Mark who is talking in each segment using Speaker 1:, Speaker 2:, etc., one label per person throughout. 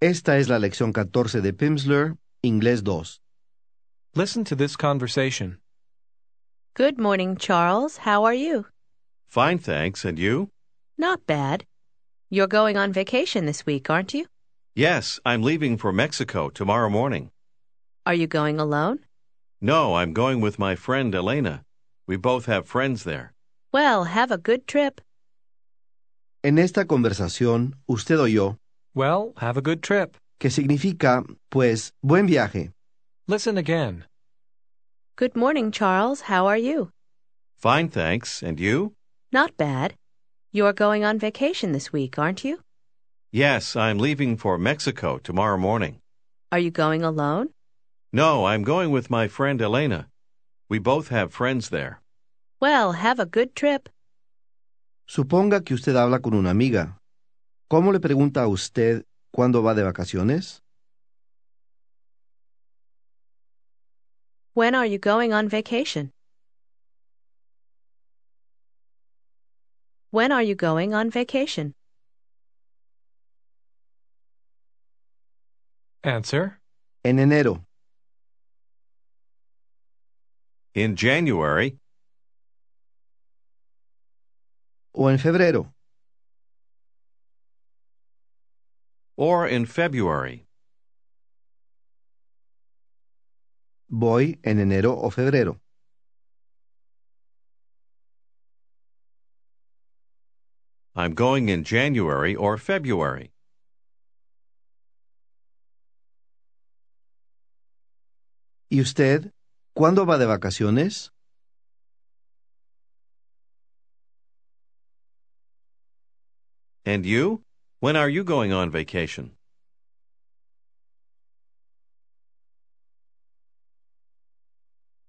Speaker 1: Esta es la lección 14 de Pimsleur, Inglés 2.
Speaker 2: Listen to this conversation.
Speaker 3: Good morning, Charles. How are you?
Speaker 4: Fine, thanks. And you?
Speaker 3: Not bad. You're going on vacation this week, aren't you?
Speaker 4: Yes, I'm leaving for Mexico tomorrow morning.
Speaker 3: Are you going alone?
Speaker 4: No, I'm going with my friend Elena. We both have friends there.
Speaker 3: Well, have a good trip.
Speaker 1: En esta conversación, usted oyó,
Speaker 2: Well, have a good trip.
Speaker 1: que significa, pues, buen viaje.
Speaker 2: Listen again.
Speaker 3: Good morning, Charles. How are you?
Speaker 4: Fine, thanks. And you?
Speaker 3: Not bad. You're going on vacation this week, aren't you?
Speaker 4: Yes, I'm leaving for Mexico tomorrow morning.
Speaker 3: Are you going alone?
Speaker 4: No, I'm going with my friend Elena. We both have friends there.
Speaker 3: Well, have a good trip.
Speaker 1: Suponga que usted habla con una amiga. ¿Cómo le pregunta a usted cuándo va de vacaciones?
Speaker 3: When are you going on vacation? When are you going on vacation?
Speaker 2: Answer.
Speaker 1: En enero.
Speaker 4: In January,
Speaker 1: o en febrero.
Speaker 4: or in February.
Speaker 1: Voy en enero o febrero.
Speaker 4: I'm going in January or February.
Speaker 1: ¿Y usted? ¿Cuándo va de vacaciones?
Speaker 4: And you? When are you going on vacation?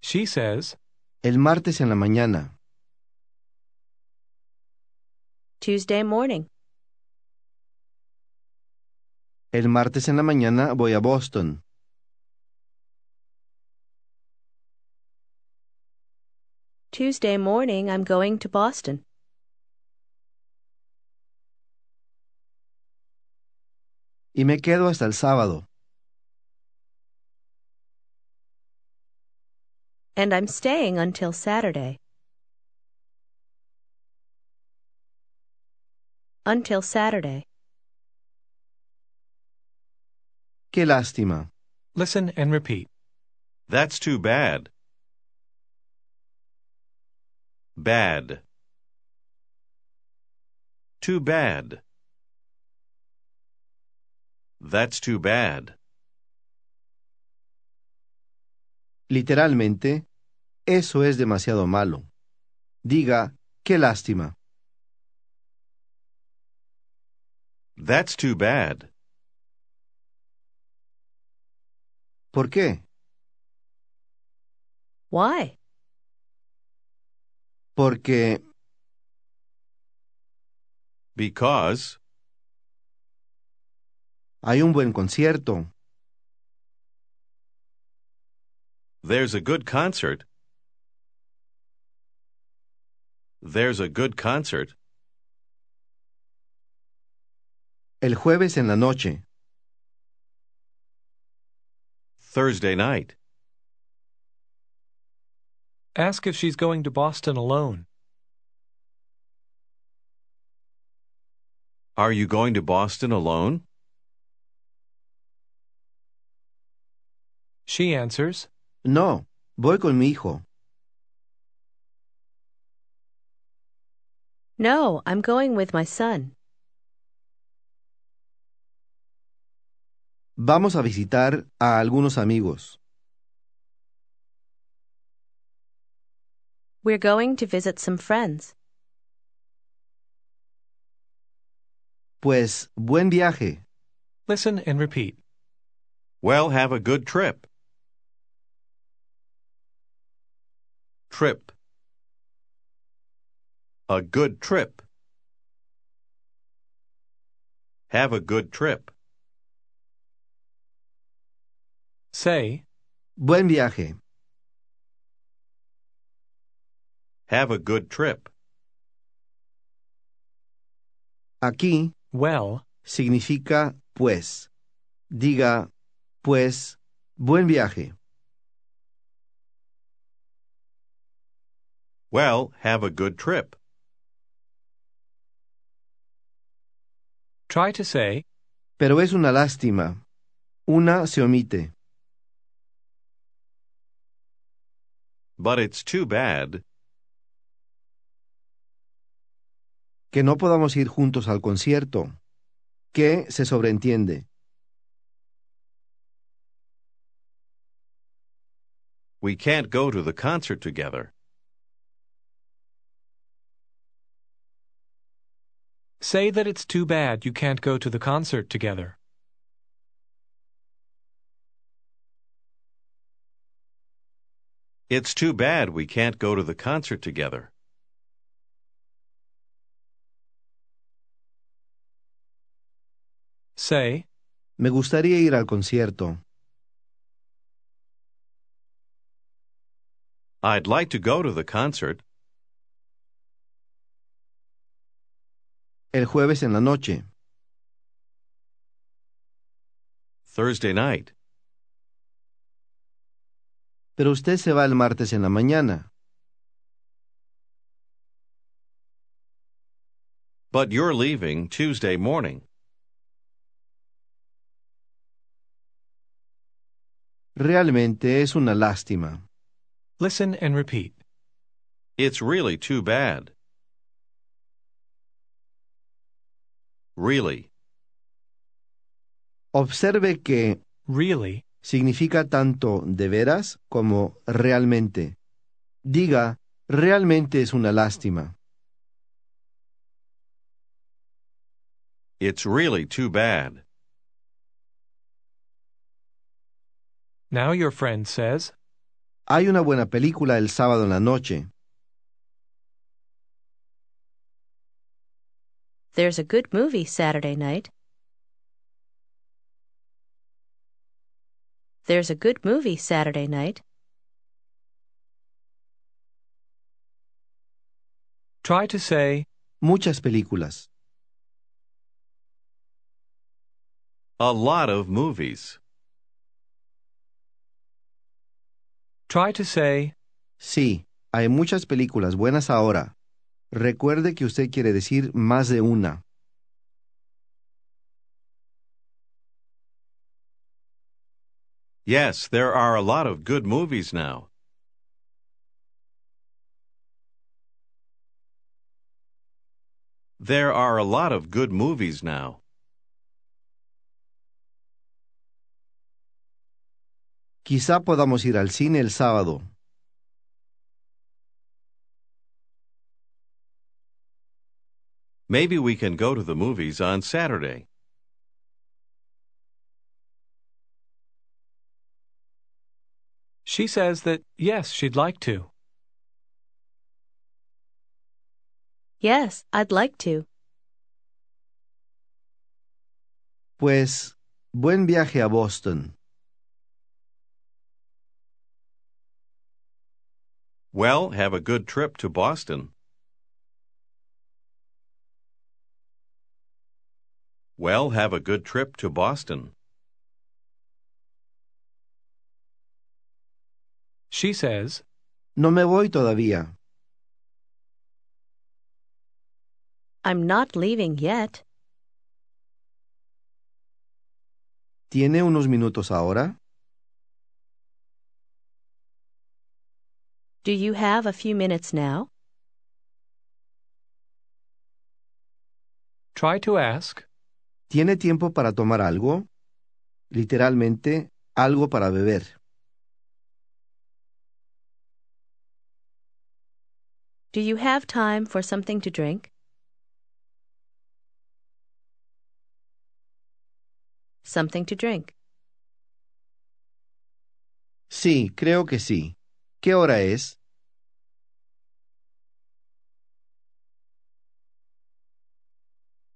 Speaker 2: She says,
Speaker 1: El martes en la mañana.
Speaker 3: Tuesday morning.
Speaker 1: El martes en la mañana voy a Boston.
Speaker 3: Tuesday morning, I'm going to Boston.
Speaker 1: Y me quedo hasta el sábado.
Speaker 3: And I'm staying until Saturday. Until Saturday.
Speaker 1: Qué lástima.
Speaker 2: listen and repeat.
Speaker 4: That's too bad. Bad. Too bad. That's too bad.
Speaker 1: Literalmente, eso es demasiado malo. Diga, qué lástima.
Speaker 4: That's too bad.
Speaker 1: ¿Por qué?
Speaker 3: Why?
Speaker 1: Porque
Speaker 4: Because
Speaker 1: hay un buen concierto.
Speaker 4: there's a good concert. There's a good concert
Speaker 1: El jueves en la noche.
Speaker 4: Thursday night.
Speaker 2: Ask if she's going to Boston alone.
Speaker 4: Are you going to Boston alone?
Speaker 2: She answers,
Speaker 1: No, voy con mi hijo.
Speaker 3: No, I'm going with my son.
Speaker 1: Vamos a visitar a algunos amigos.
Speaker 3: We're going to visit some friends.
Speaker 1: Pues, buen viaje.
Speaker 2: listen and repeat.
Speaker 4: Well, have a good trip. Trip. A good trip. Have a good trip.
Speaker 2: Say,
Speaker 1: Buen viaje.
Speaker 4: Have a good trip.
Speaker 1: Aquí
Speaker 2: well,
Speaker 1: significa pues. Diga, pues, buen viaje.
Speaker 4: Well, have a good trip.
Speaker 2: Try to say,
Speaker 1: Pero es una lástima. Una se omite.
Speaker 4: But it's too bad.
Speaker 1: Que no podamos ir juntos al concierto. Que se sobreentiende.
Speaker 4: We can't go to the concert together.
Speaker 2: say that it's too bad you can't go to the concert together.
Speaker 4: It's too bad we can't go to the concert together.
Speaker 2: Say,
Speaker 1: Me gustaría ir al concierto.
Speaker 4: I'd like to go to the concert
Speaker 1: El jueves en la noche.
Speaker 4: Thursday night,
Speaker 1: Pero usted se va el martes en la mañana.
Speaker 4: but you're leaving Tuesday morning.
Speaker 1: Realmente es una lástima.
Speaker 2: listen and repeat.
Speaker 4: It's really too bad. Really,
Speaker 1: Observe que
Speaker 2: Really,
Speaker 1: significa tanto de veras como realmente. Diga, realmente es una lástima.
Speaker 4: it's really too bad.
Speaker 2: now your friend says,
Speaker 1: Hay una buena película el sábado en la noche.
Speaker 3: There's a good movie Saturday night. There's a good movie Saturday night.
Speaker 2: try to say,
Speaker 1: Muchas películas.
Speaker 4: A lot of movies.
Speaker 2: try to say,
Speaker 1: Sí, hay muchas películas buenas ahora. Recuerde que usted quiere decir más de una.
Speaker 4: Yes, there are a lot of good movies now. There are a lot of good movies now.
Speaker 1: Quizá podamos ir al cine el sábado.
Speaker 4: Maybe we can go to the movies on Saturday.
Speaker 2: she says that, yes, she'd like to.
Speaker 3: Yes, I'd like to.
Speaker 1: Pues, buen viaje a Boston.
Speaker 4: Well, have a good trip to Boston. Well, have a good trip to Boston.
Speaker 2: She says,
Speaker 1: No me voy todavía.
Speaker 3: I'm not leaving yet.
Speaker 1: ¿Tiene unos minutos ahora?
Speaker 3: Do you have a few minutes now?
Speaker 2: try to ask,
Speaker 1: ¿Tiene tiempo para tomar algo? Literalmente, algo para beber.
Speaker 3: Do you have time for something to drink? Something to drink.
Speaker 1: Sí, creo que sí. ¿Qué hora es?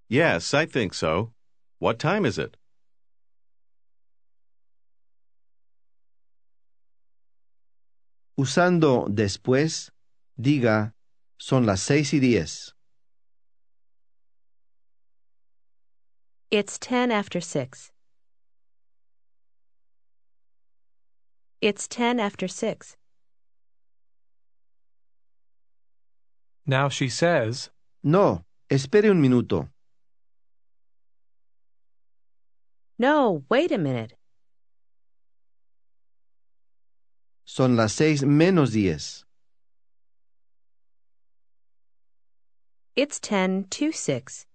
Speaker 4: Yes, I think so. What time is it?
Speaker 1: Usando después, diga, son las seis y diez.
Speaker 3: It's 10 after 6. It's 10 after 6.
Speaker 2: Now she says,
Speaker 1: No, espere un minuto.
Speaker 3: No, wait a minute.
Speaker 1: Son las seis menos diez.
Speaker 3: It's 10 to 6.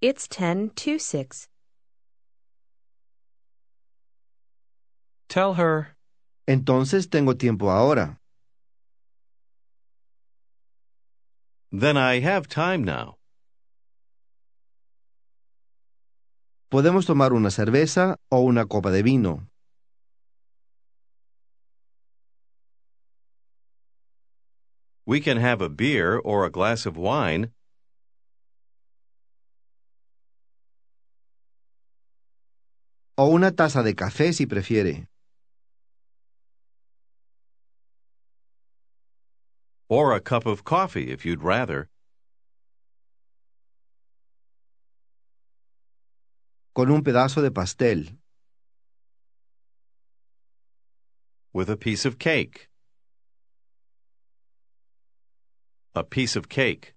Speaker 3: It's 10 to 6.
Speaker 2: Tell her,
Speaker 1: Entonces tengo tiempo ahora.
Speaker 4: Then I have time now.
Speaker 1: Podemos tomar una cerveza o una copa de vino.
Speaker 4: We can have a beer or a glass of wine.
Speaker 1: O una taza de café si prefiere.
Speaker 4: Or a cup of coffee if you'd rather.
Speaker 1: Con un pedazo de pastel.
Speaker 4: With a piece of cake. A piece of cake.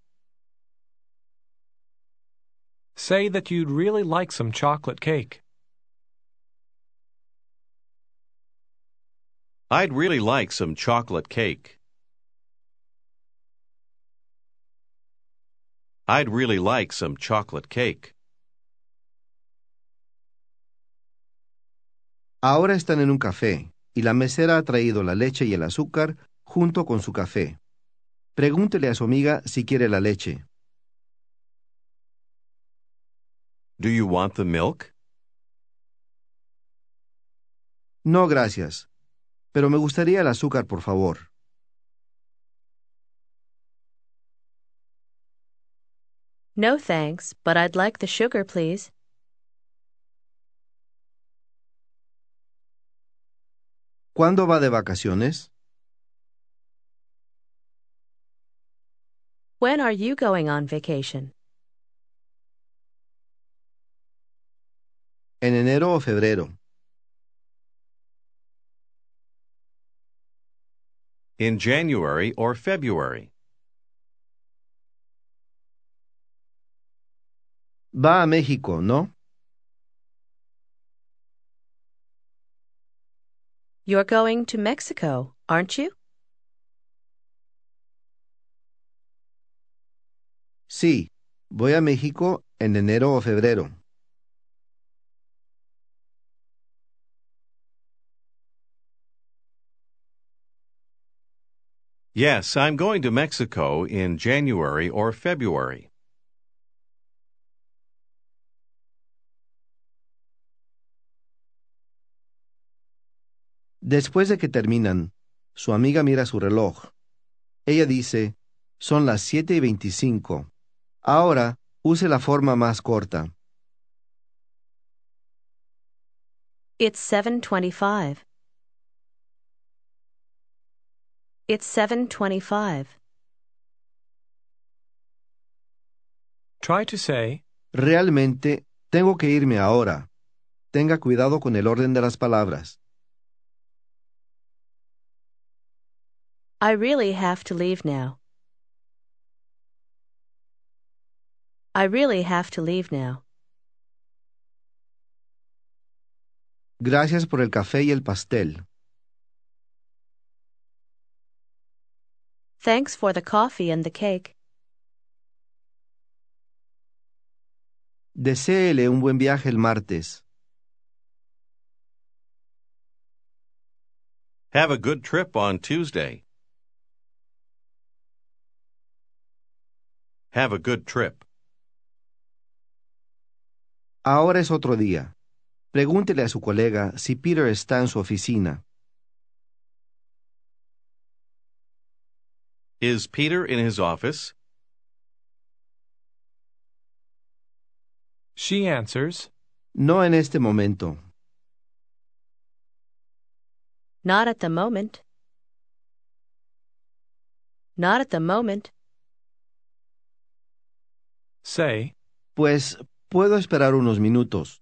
Speaker 2: say that you'd really like some chocolate cake.
Speaker 4: I'd really like some chocolate cake. I'd really like some chocolate cake.
Speaker 1: Ahora están en un café y la mesera ha traído la leche y el azúcar junto con su café. Pregúntele a su amiga si quiere la leche.
Speaker 4: Do you want the milk?
Speaker 1: No, gracias. Pero me gustaría el azúcar, por favor.
Speaker 3: No thanks, but I'd like the sugar, please.
Speaker 1: ¿Cuándo va de vacaciones?
Speaker 3: When are you going on vacation?
Speaker 1: ¿En enero o febrero?
Speaker 4: In January or February.
Speaker 1: Va a México, ¿no?
Speaker 3: You're going to Mexico, aren't you?
Speaker 1: Sí. Voy a México en enero o febrero.
Speaker 4: Yes, I'm going to Mexico in January or February.
Speaker 1: Después de que terminan, su amiga mira su reloj. Ella dice, son las 7 y 25. Ahora, use la forma más corta.
Speaker 3: It's 7:25. It's 7:25.
Speaker 2: Try to say,
Speaker 1: Realmente, tengo que irme ahora. Tenga cuidado con el orden de las palabras.
Speaker 3: I really have to leave now. I really have to leave now.
Speaker 1: Gracias por el café y el pastel.
Speaker 3: Thanks for the coffee and the cake.
Speaker 1: Deséele un buen viaje el martes.
Speaker 4: Have a good trip on Tuesday. Have a good trip.
Speaker 1: Ahora es otro día. Pregúntele a su colega si Peter está en su oficina.
Speaker 4: Is Peter in his office?
Speaker 2: She answers,
Speaker 1: No en este momento.
Speaker 3: Not at the moment. Not at the moment.
Speaker 2: say,
Speaker 1: Pues puedo esperar unos minutos.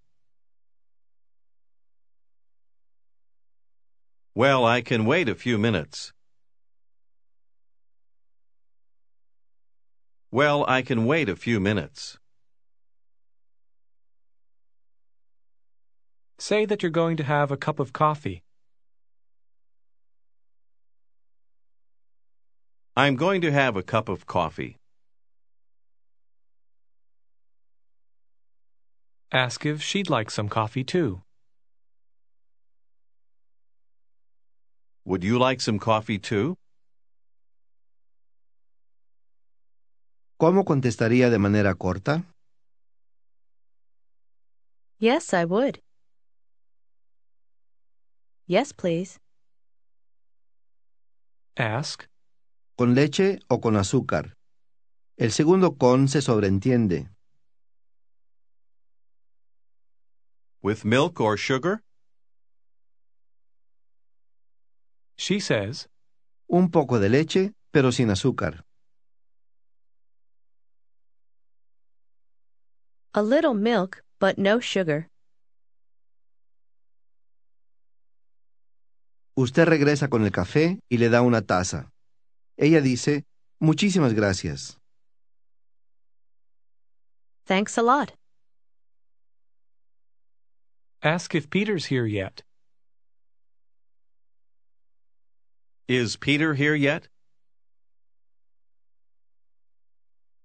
Speaker 4: Well, I can wait a few minutes. Well, I can wait a few minutes.
Speaker 2: Say that you're going to have a cup of coffee.
Speaker 4: I'm going to have a cup of coffee.
Speaker 2: Ask if she'd like some coffee too.
Speaker 4: Would you like some coffee too?
Speaker 1: ¿Cómo contestaría de manera corta?
Speaker 3: Yes, I would. Yes, please.
Speaker 2: Ask,
Speaker 1: ¿Con leche o con azúcar? El segundo con se sobreentiende.
Speaker 4: With milk or sugar?
Speaker 2: she says,
Speaker 1: Un poco de leche, pero sin azúcar.
Speaker 3: A little milk, but no sugar.
Speaker 1: Usted regresa con el café y le da una taza. Ella dice, Muchísimas gracias.
Speaker 3: Thanks a lot.
Speaker 2: ask if Peter's here yet.
Speaker 4: Is Peter here yet?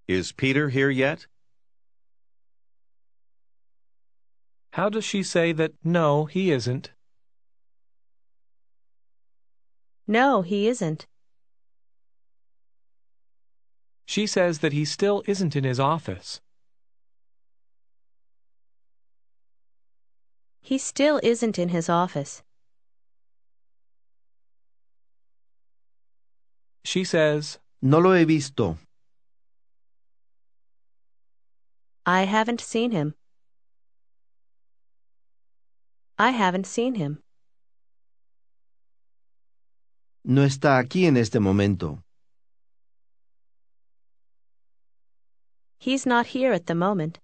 Speaker 4: Is Peter here yet?
Speaker 2: How does she say that no, he isn't?
Speaker 3: No, he isn't.
Speaker 2: She says that he still isn't in his office.
Speaker 3: He still isn't in his office.
Speaker 2: She says,
Speaker 1: No lo he visto.
Speaker 3: I haven't seen him. I haven't seen him.
Speaker 1: No está aquí en este momento.
Speaker 3: He's not here at the moment.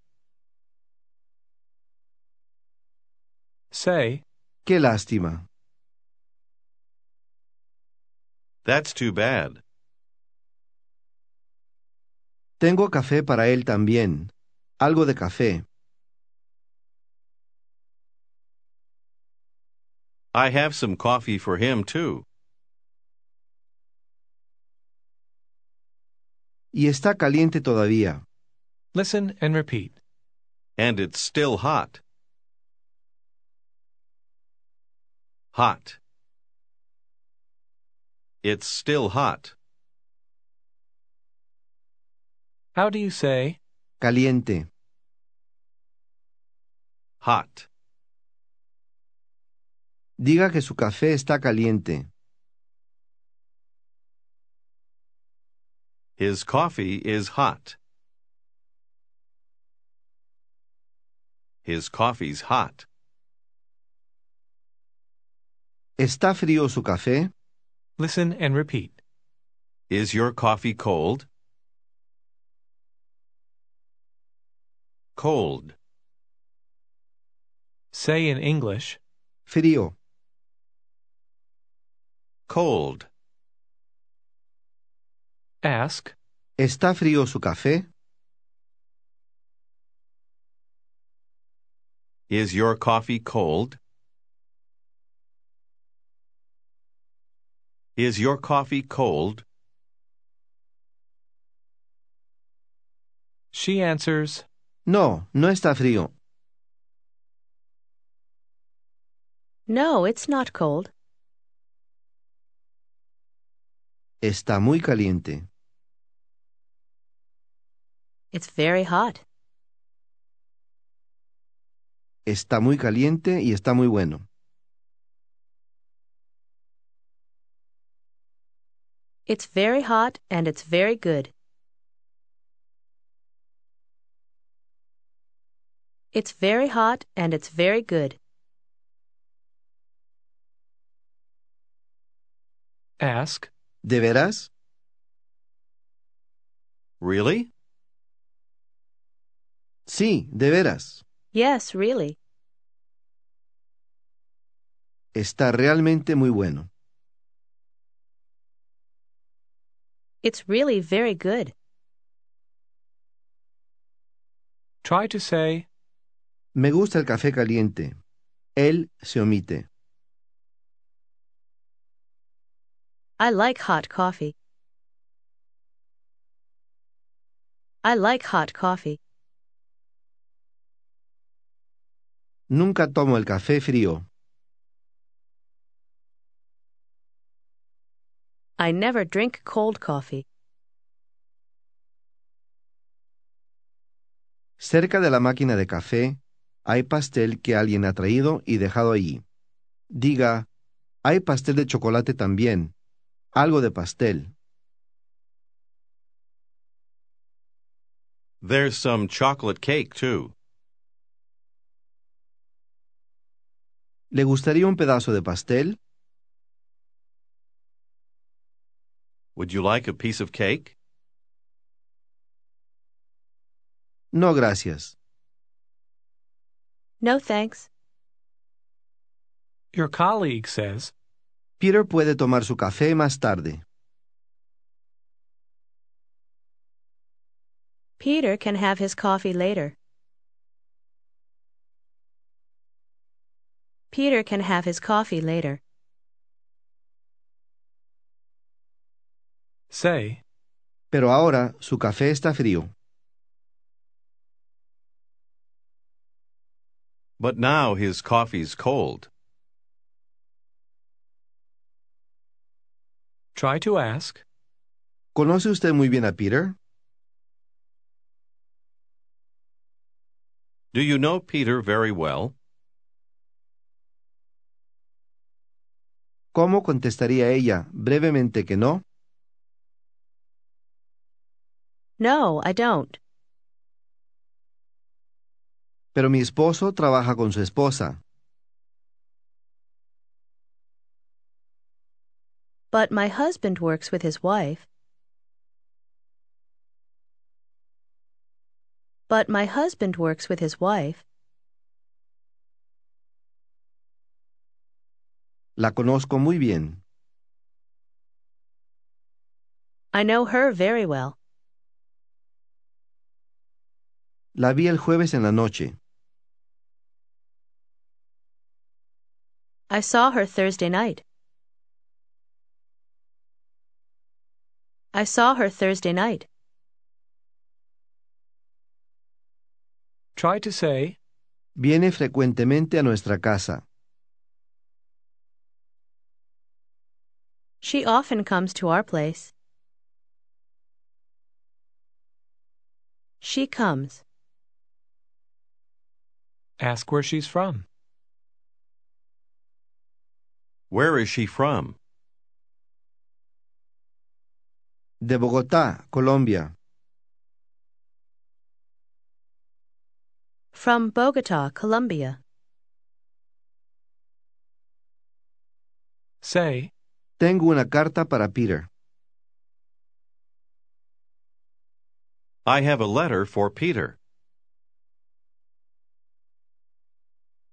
Speaker 2: say,
Speaker 1: Qué lástima.
Speaker 4: That's too bad.
Speaker 1: Tengo café para él también. Algo de café.
Speaker 4: I have some coffee for him too.
Speaker 1: Y está caliente todavía.
Speaker 2: listen and repeat.
Speaker 4: And it's still hot. Hot. It's still hot.
Speaker 2: How do you say,
Speaker 1: Caliente.
Speaker 4: Hot.
Speaker 1: Diga que su café está caliente.
Speaker 4: His coffee is hot. His coffee's hot.
Speaker 1: ¿Está frío su café?
Speaker 2: listen and repeat?
Speaker 4: Is your coffee cold? Cold.
Speaker 2: Say in English,
Speaker 1: Frío.
Speaker 4: Cold.
Speaker 2: ask,
Speaker 1: ¿Está frío su café?
Speaker 4: Is your coffee cold? Is your coffee cold?
Speaker 2: she answers,
Speaker 1: No, no está frío.
Speaker 3: No, it's not cold.
Speaker 1: Está muy caliente.
Speaker 3: It's very hot.
Speaker 1: Está muy caliente y está muy bueno.
Speaker 3: It's very hot and it's very good. It's very hot and it's very good.
Speaker 2: ask,
Speaker 1: ¿De veras?
Speaker 4: Really?
Speaker 1: Sí, de veras.
Speaker 3: Yes, really.
Speaker 1: Está realmente muy bueno.
Speaker 3: It's really very good.
Speaker 2: Try to say,
Speaker 1: Me gusta el café caliente. Él se omite.
Speaker 3: I like hot coffee. I like hot coffee.
Speaker 1: Nunca tomo el café frío.
Speaker 3: I never drink cold coffee.
Speaker 1: Cerca de la máquina de café hay pastel que alguien ha traído y dejado allí. Diga, hay pastel de chocolate también. Algo de pastel.
Speaker 4: There's some chocolate cake, too.
Speaker 1: ¿Le gustaría un pedazo de pastel?
Speaker 4: Would you like a piece of cake?
Speaker 1: No, gracias.
Speaker 3: No thanks.
Speaker 2: Your colleague says,
Speaker 1: Peter puede tomar su café más tarde.
Speaker 3: Peter can have his coffee later. Peter can have his coffee later.
Speaker 2: Say,
Speaker 1: Pero ahora su café está frío.
Speaker 4: But now his coffee's cold.
Speaker 2: try to ask,
Speaker 1: ¿Conoce usted muy bien a Peter?
Speaker 4: Do you know Peter very well?
Speaker 1: ¿Cómo contestaría ella brevemente que no?
Speaker 3: No, I don't.
Speaker 1: Pero mi esposo trabaja con su esposa.
Speaker 3: But my husband works with his wife. But my husband works with his wife.
Speaker 1: La conozco muy bien.
Speaker 3: I know her very well.
Speaker 1: La vi el jueves en la noche.
Speaker 3: I saw her Thursday night. I saw her Thursday night.
Speaker 2: try to say,
Speaker 1: Viene frecuentemente a nuestra casa.
Speaker 3: She often comes to our place. She comes.
Speaker 2: ask where she's from.
Speaker 4: Where is she from?
Speaker 1: De Bogotá, Colombia.
Speaker 3: From Bogota, Colombia.
Speaker 2: Say,
Speaker 1: Tengo una carta para Peter.
Speaker 4: I have a letter for Peter.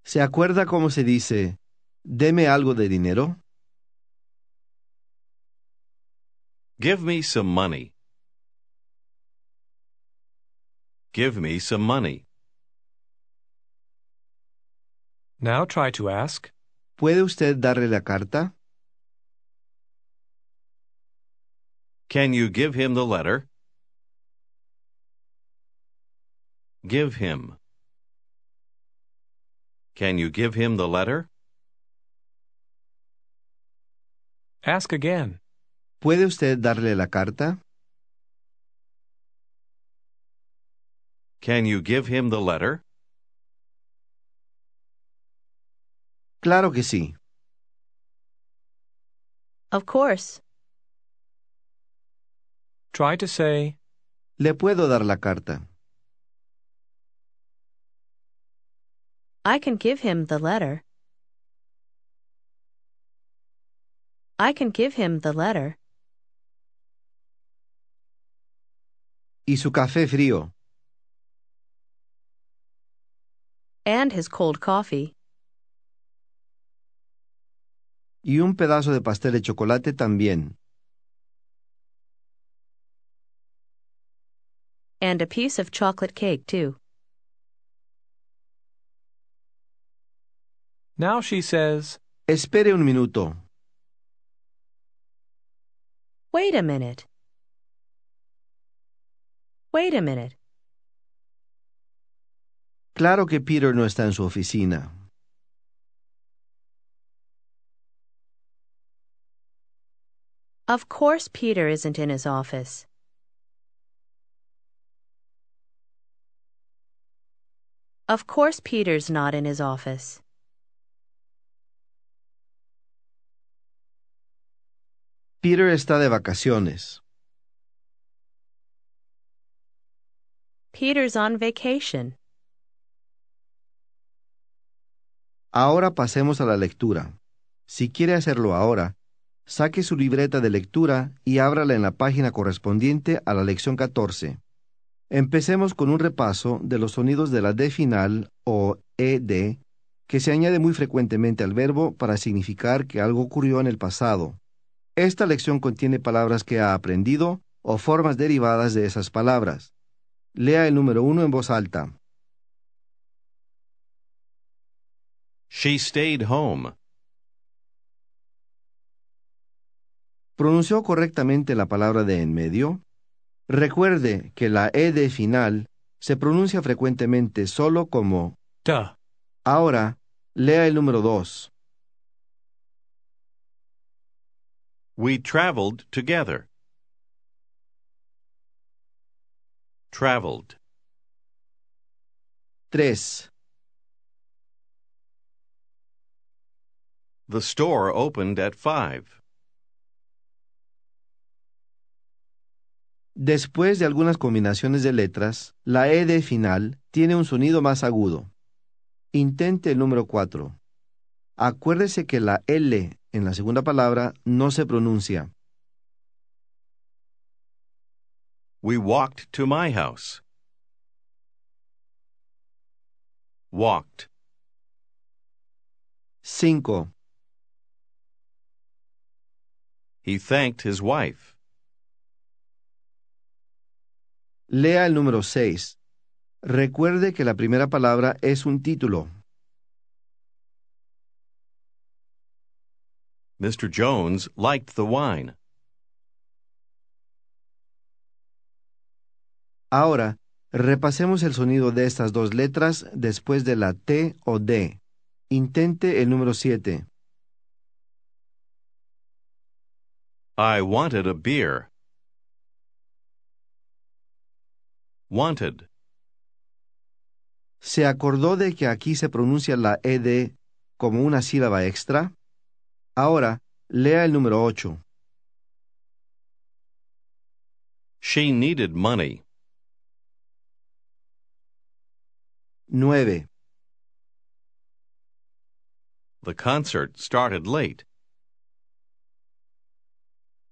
Speaker 1: ¿Se acuerda cómo se dice, deme algo de dinero?
Speaker 4: Give me some money. Give me some money.
Speaker 2: now try to ask,
Speaker 1: ¿Puede usted darle la carta?
Speaker 4: Can you give him the letter? Give him. Can you give him the letter?
Speaker 2: ask again,
Speaker 1: ¿Puede usted darle la carta?
Speaker 4: Can you give him the letter?
Speaker 1: Claro que sí.
Speaker 3: Of course.
Speaker 2: try to say,
Speaker 1: Le puedo dar la carta.
Speaker 3: I can give him the letter. I can give him the letter.
Speaker 1: ¿Y su café frío?
Speaker 3: And his cold coffee.
Speaker 1: Y un pedazo de pastel de chocolate también.
Speaker 3: and a piece of chocolate cake, too.
Speaker 2: Now she says,
Speaker 1: Espere un minuto.
Speaker 3: Wait a minute. Wait a minute.
Speaker 1: Claro que Peter no está en su oficina.
Speaker 3: Of course, Peter isn't in his office. Of course, Peter's not in his office.
Speaker 1: Peter está de vacaciones.
Speaker 3: Peter's on vacation.
Speaker 1: Ahora pasemos a la lectura. Si quiere hacerlo ahora, saque su libreta de lectura y ábrala en la página correspondiente a la lección 14. Empecemos con un repaso de los sonidos de la D final o ED, que se añade muy frecuentemente al verbo para significar que algo ocurrió en el pasado. Esta lección contiene palabras que ha aprendido o formas derivadas de esas palabras. Lea el número 1 en voz alta.
Speaker 4: She stayed home.
Speaker 1: ¿Pronunció correctamente la palabra de en medio? Recuerde que la ED final se pronuncia frecuentemente solo como
Speaker 2: duh.
Speaker 1: ahora. Lea el número 2.
Speaker 4: We traveled together. Traveled.
Speaker 1: 3.
Speaker 4: The store opened at 5.
Speaker 1: Después de algunas combinaciones de letras, la ED final tiene un sonido más agudo. Intente el número 4. Acuérdese que la L en la segunda palabra no se pronuncia.
Speaker 4: We walked to my house. Walked.
Speaker 1: 5.
Speaker 4: He thanked his wife.
Speaker 1: Lea el número 6. Recuerde que la primera palabra es un título.
Speaker 4: Mr. Jones liked the wine.
Speaker 1: Ahora, repasemos el sonido de estas dos letras después de la T o D. Intente el número 7.
Speaker 4: I wanted a beer. Wanted.
Speaker 1: ¿Se acordó de que aquí se pronuncia la ED como una sílaba extra? Ahora, lea el número 8.
Speaker 4: She needed money.
Speaker 1: 9.
Speaker 4: The concert started late.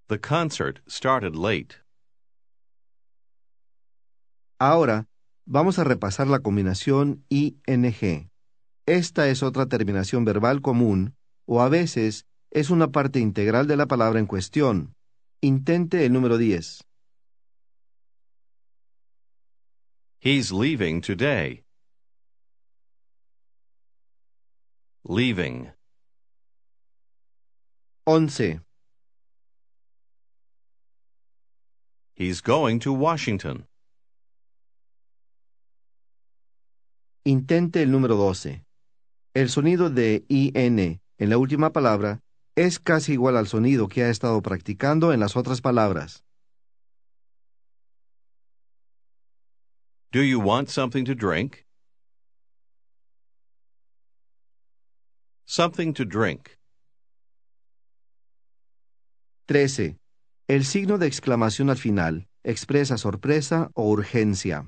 Speaker 4: The concert started late.
Speaker 1: Ahora, vamos a repasar la combinación ING. Esta es otra terminación verbal común, o a veces es una parte integral de la palabra en cuestión. Intente el número 10.
Speaker 4: He's leaving today. Leaving.
Speaker 1: 11.
Speaker 4: He's going to Washington.
Speaker 1: Intente el número 12. El sonido de IN en la última palabra es casi igual al sonido que ha estado practicando en las otras palabras.
Speaker 4: Do you want something to drink? Something to drink.
Speaker 1: 13. El signo de exclamación al final expresa sorpresa o urgencia.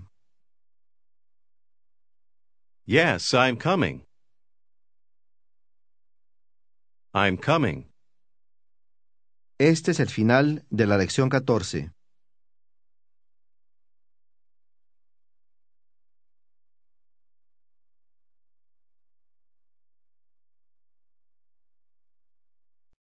Speaker 4: Yes, I'm coming. I'm coming.
Speaker 1: Este es el final de la lección 14.